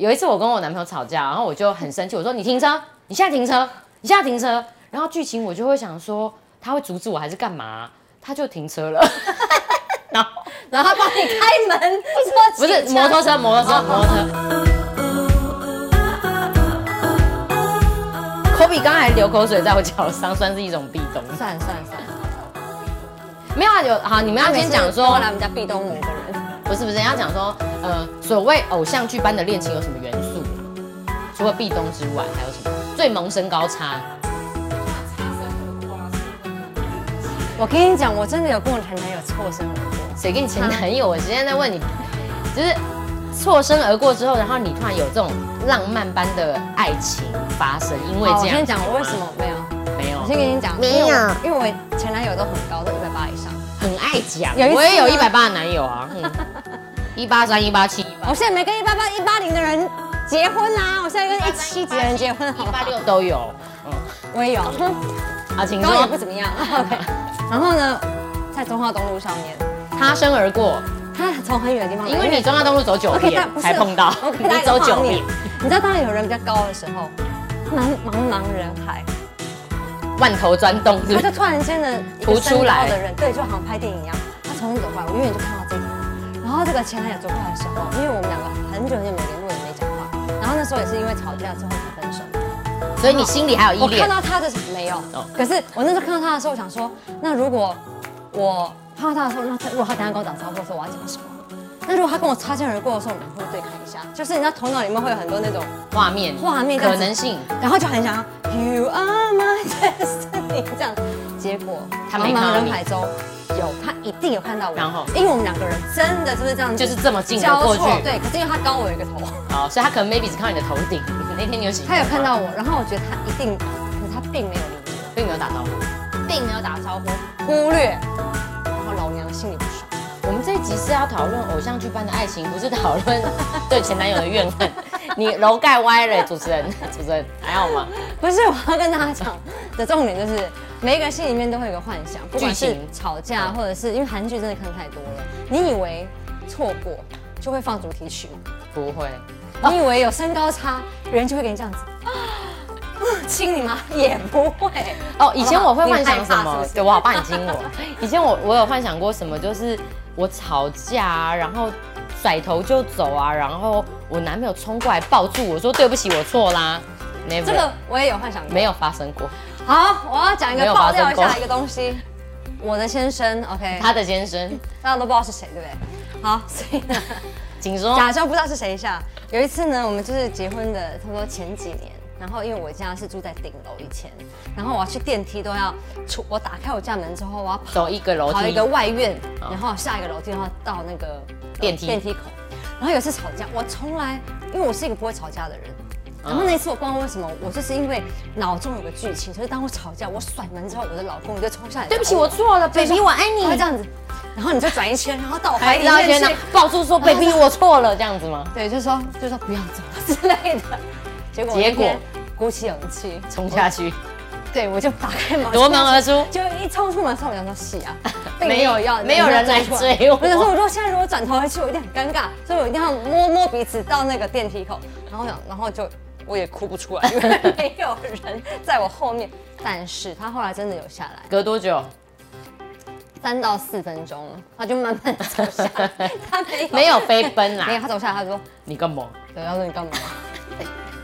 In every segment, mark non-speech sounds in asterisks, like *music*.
有一次我跟我男朋友吵架，然后我就很生气，我说你停车，你现在停车，你现在停车。然后剧情我就会想说他会阻止我还是干嘛？他就停车了， *laughs* 然后然后他帮 *laughs* 你开开门，不是摩托车，摩托车，摩托车。科比刚才流口水在我脚上，算是一种壁咚。算算算，没有啊，有好，你们要先讲说我来我们家壁咚我一个人，不是不是，要讲说，呃，所谓偶像剧般的恋情有什么元素？除了壁咚之外，还有什么？最萌身高差，我跟你讲，我真的有跟我前男友错身而过，谁跟你前男友？我现在在问你，就是错身而过之后，然后你突然有这种浪漫般的爱情发生，因为好这样。我先讲我为什么没有，没有我，先跟你讲，没有因为我因为我前男友都很高，都一百八以上，很爱讲。有一次呢我也有一百八的男友啊，一八三、一八七、一我现在没跟一八八、一八零的人结婚啦，我现在跟一七几的人结婚，好不八好？六都有。嗯我也有，啊，请高也说不。怎么样。OK，然后呢，在中华东路上面，擦身而过，他从很远的地方来，因为你中央东路走九 OK，但不遍哦是才碰到， OK，你大走家九九遍遍，。你知道，当有人比较高的时候，茫茫茫人海，万头钻洞是不他是就？突然间的一嗯突个出身来高的人，对，就好像拍电影一样，他从你走过来，我远远就看到这个人。然后这个前男友走过来的时候，因为我们两个很久很久没联络，也没讲话。然后那时候也是因为吵架之后才分手。所以你心里还有依我看恋。到他的时候没有哦，可是我那时候看到他的时候，我想说，那如果我看到他的时候，那他如果他等一下跟我打招呼的时候，我要讲什么？那如果他跟我擦肩而过的时候，我们会对看一下，就是你知道头脑里面会有很多那种，画面，画面这可样子能性，然后就很想要 You are my *laughs* destiny 这样。结果他没看到茫茫你人海中有他一定有看到我，然后因为我们两个人真的就是这样子，就是这么近的过去。对，可是因为他高我 *laughs* 一个头，好，所以他可能 maybe 只看到你的头顶。那天你有醒，他有看，到我，然后我觉得他一定，可是他并没有理我。并没有打招呼。并没有打招呼，忽略，然后老娘心里不爽。我们这一集是要讨论偶像剧般的爱情，不是讨论 *laughs* 对前男友的怨恨。你楼盖歪了，主持人，主持人还好吗？不是，我要跟大家讲的重点就是，每一个人心里面都会有个幻想，不管剧是情吵架，或者是因为韩剧真的看太多了，你以为错过就会放主 *laughs* 题曲，不会，你以为有身高差，人就会给你这 *laughs* 样子。啊亲你吗？也不会哦，以前我会幻想什你害怕么是不？是对我好怕你惊 *laughs* 我。以前我我有幻想过什么，就是我吵架啊，然后甩头就走啊，然后我男朋友冲过来抱住我说对不起，我错啦。Never， *laughs* 这个我也有幻想过。没有发生过。好，我要讲一没个有发爆生料一下过一个东西。我的先生，OK，他的先生，大家都不知道是谁，对不对？好，所以呢，请说。假装不知道是谁一下。有一次呢，我们就是结婚的，差不多前几年。然后因为我家是住在顶楼以前，然后我要去电梯都要出，我打开我家门之后，我要走一个楼跑梯，一个外院，然后下一个楼梯，然后到那个呃啊电梯电梯口。然后有一次吵架，我从来因为我是一个不会吵架的人。哦然后那一次我不知道为什么，我就是因为脑中有个剧情，就是当我吵架，我甩门之后，我的老公就冲下来，哦对不起，我哎错了对，baby，我 *laughs* 爱你他会。这样子，然后你就转一圈，然后到我怀还里知道面先去呢，，抱住 *laughs* 说然后 baby，我错了，这样子吗？对，就说就说不要走了之类的。 *laughs* 结果我结那果天鼓起勇气，冲下去，对我就打开门，夺门而出。就一冲出门的时候，我想说是 *laughs* 啊，并没没有要，没有人来追我我想说，我说现在如果转头回去，我一定很尴尬，所以我一定要摸摸鼻子到那个电梯口，然后想，然后就我也哭不出来，因为 *laughs* 没有人在我后面。但是他后来真的有下来，隔多 *laughs* 久？三到四分钟，他就慢慢走下 *laughs* 来，他没有没有飞奔没有，啦，他走下来，他说，你干嘛？对，他说你干嘛？ *laughs*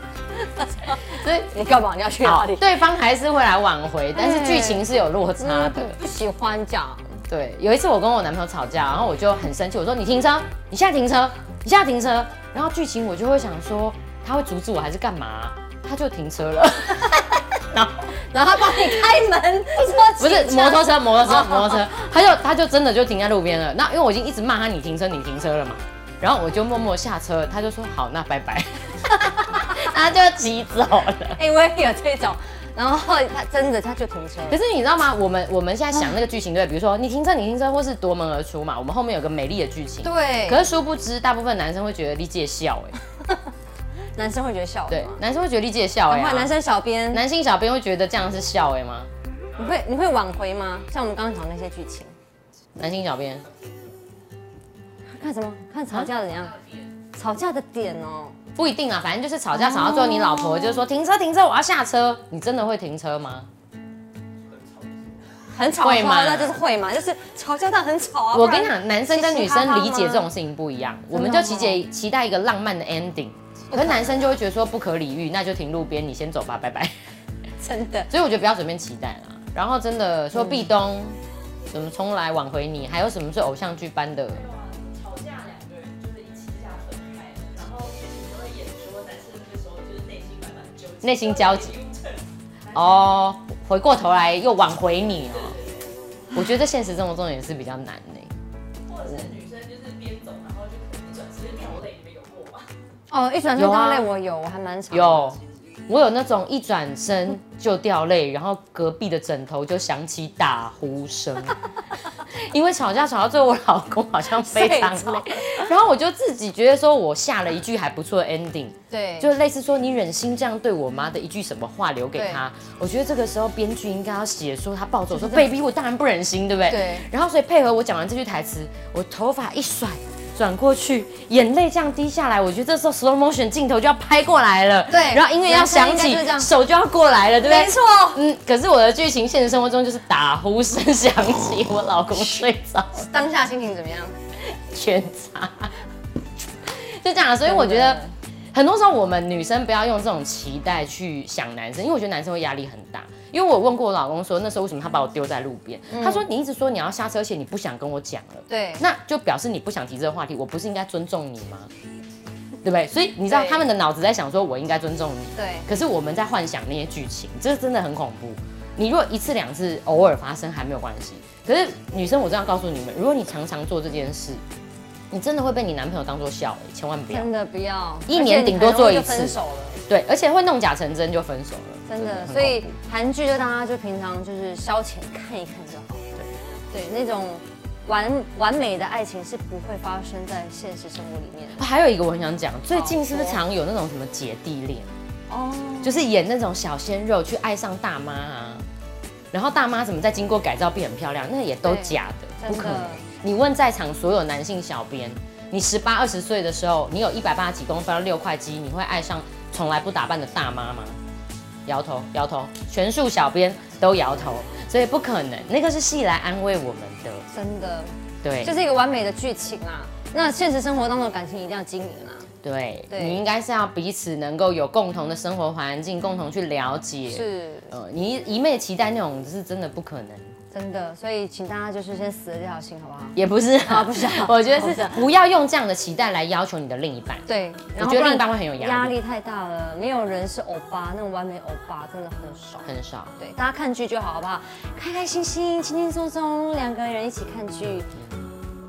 所以你干嘛？你要去哪好，里？对方还是会来挽回，但嗯是剧情是有落差的。不喜欢这样。对，有一次我跟我男朋友吵架，然后我就很生气，我说你停车，你现在停车，你现在停车。然后剧情我就会想说，他会阻止我还是干嘛？他就停车了， *laughs* 然后然后他帮你开门，不是摩托车，车，摩托车，哦摩托车，他就他就真的就停在路边了。那因为我已经一直骂他，你停车，你停车了嘛。然后我就默默下车，他就说好，那拜拜， *laughs* 他就骑走了。哎、我也有这种。然后他真的他就停车了可是你知道吗？我们我们现在想那个剧情对，比如说你停车，你停车，或是夺门而出嘛。我们后面有个美丽的剧情。对，可可是殊不知，大部分男生会觉得丽姐笑 *laughs* 哎、男生会觉得笑对我吗，？男生会觉得丽姐笑哎、然后啊男。生小编，男性小编会觉得这样是笑哎、吗？你会你会挽回吗？像我们刚刚讲那些剧情，男性小编看什么？看吵架怎样？吵架的点哦，不一定啊，反正就是吵架吵到最后，你老哦婆就说停车停车，我要下车，你真的会停车吗？很吵会的吗话，那就是会嘛，就是吵架但很吵啊。我不然跟你讲，男生跟女生理解这种事情不一样，我们就期真待期待一个浪漫的 ending，可是男生就会觉得说不可理喻，那就停路边，你先走吧，拜拜。真的，所以我觉得不要随便期待啦。然后真的说壁咚，什么重来挽回你，还有什么是偶像剧般的？啊吵架两个人就是一气下分开，然后剧情都会演说，但是那时候就是内心满满纠结，内心交集已经成哦，回过头来又挽回你哦。我觉得现实生活中也是比较难呢、或者是女生就是边走，然后就可能一转身掉泪，你们有过吗？哦，一转身有啊到泪我有，我还蛮吵。有，我有那种一转身就掉泪，然后隔壁的枕头就响起打呼声， *laughs* 因为吵架吵到最后，我老公好像非常睡着累，然后我就自己觉得说我下了一句还不错的 ending。对，就类似说你忍心这样对我妈的一句什么话留给她，我觉得这个时候编剧应该要写说她暴走说被逼，我当然不忍心，对不对？对然后所以配合我讲完这句台词，我头发一甩。转过去，眼泪这样滴下来，我觉得这时候 slow motion 镜头就要拍过来了，对然后音乐要响人生起应该就是这，样手就要过来了，对不对？没错嗯，可是我的剧情现实生活中就是打呼声响起，我老公睡着，当下心情怎么样？全砸，就这样啊。所以我觉得很多时候我们女生不要用这种期待去想男生，因为我觉得男生会压力很大。因为我问过我老公说，那时候为什么他把我丢在路边？他说你一直说你要下车，而且你不想跟我讲了，对那就表示你不想提这个话题，我不是应该尊重你吗？对不对？所以你知道对他们的脑子在想说，我应该尊重你，对可是我们在幻想那些剧情，这真的很恐怖。你如果一次两次偶尔发生还没有关系，可是女生我这样告诉你们，如果你常常做这件事，你真的会被你男朋友当做笑、欸，千万不要。真的不要，一年顶多做一次而且你很容易就分手了，对，而且会弄假成真就分手了，真的。很所以韩剧就大家就平常就是消遣看一看就好。对，对，那种完完美的爱情是不会发生在现实生活里面的。哦还有一个我很想讲，最近好是不是说常有那种什么姐弟恋，哦，就是演那种小鲜肉去爱上大妈啊，然后大妈怎么再经过改造变很漂亮，那也都对假的，不真可的能。你问在场所有男性小编，你十八二十岁的时候，你有一百八几公分六块肌，你会爱上从来不打扮的大妈吗？摇头，摇头，全数小编都摇头，所以不可能，那个是戏来安慰我们的，真的，对，这是一个完美的剧情啊。那现实生活当中的感情一定要经营啊。对，对嗯你应该是要彼此能够有共同的生活环境，共同去了解。，是，呃，你一一昧期待那种是真的不可能，真的，所以请大家就是先死了这条心，好不 *laughs* 好？也不是啊，不是啊我觉得不是是啊不要用这样的期待来要求你的另一半。对，我觉然得后不另然一半会很有压力压力太大了。没有人是欧巴，那种完美欧巴真的很少。很少，对，大家看剧就好，好不好？开开心心、轻轻松松，两个人一起看剧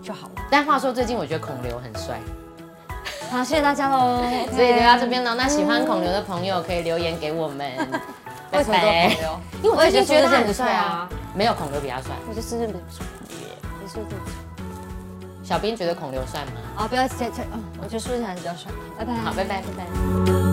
就好了。但话说最近我觉得孔刘很帅，好，谢谢大家 *laughs* 喽。所以就到这 OK 边喽。那喜欢孔刘的朋友可以留言给我们， *laughs* 为什么都拜拜朋友？因为我最近觉得他我也觉得很帅啊，没有孔刘比他帅。我觉得深圳不错，你说对不对？小编觉得孔刘帅吗？哦啊，不要再再，哦我觉得苏志涵比较帅。拜拜。好，拜拜，拜拜。拜拜。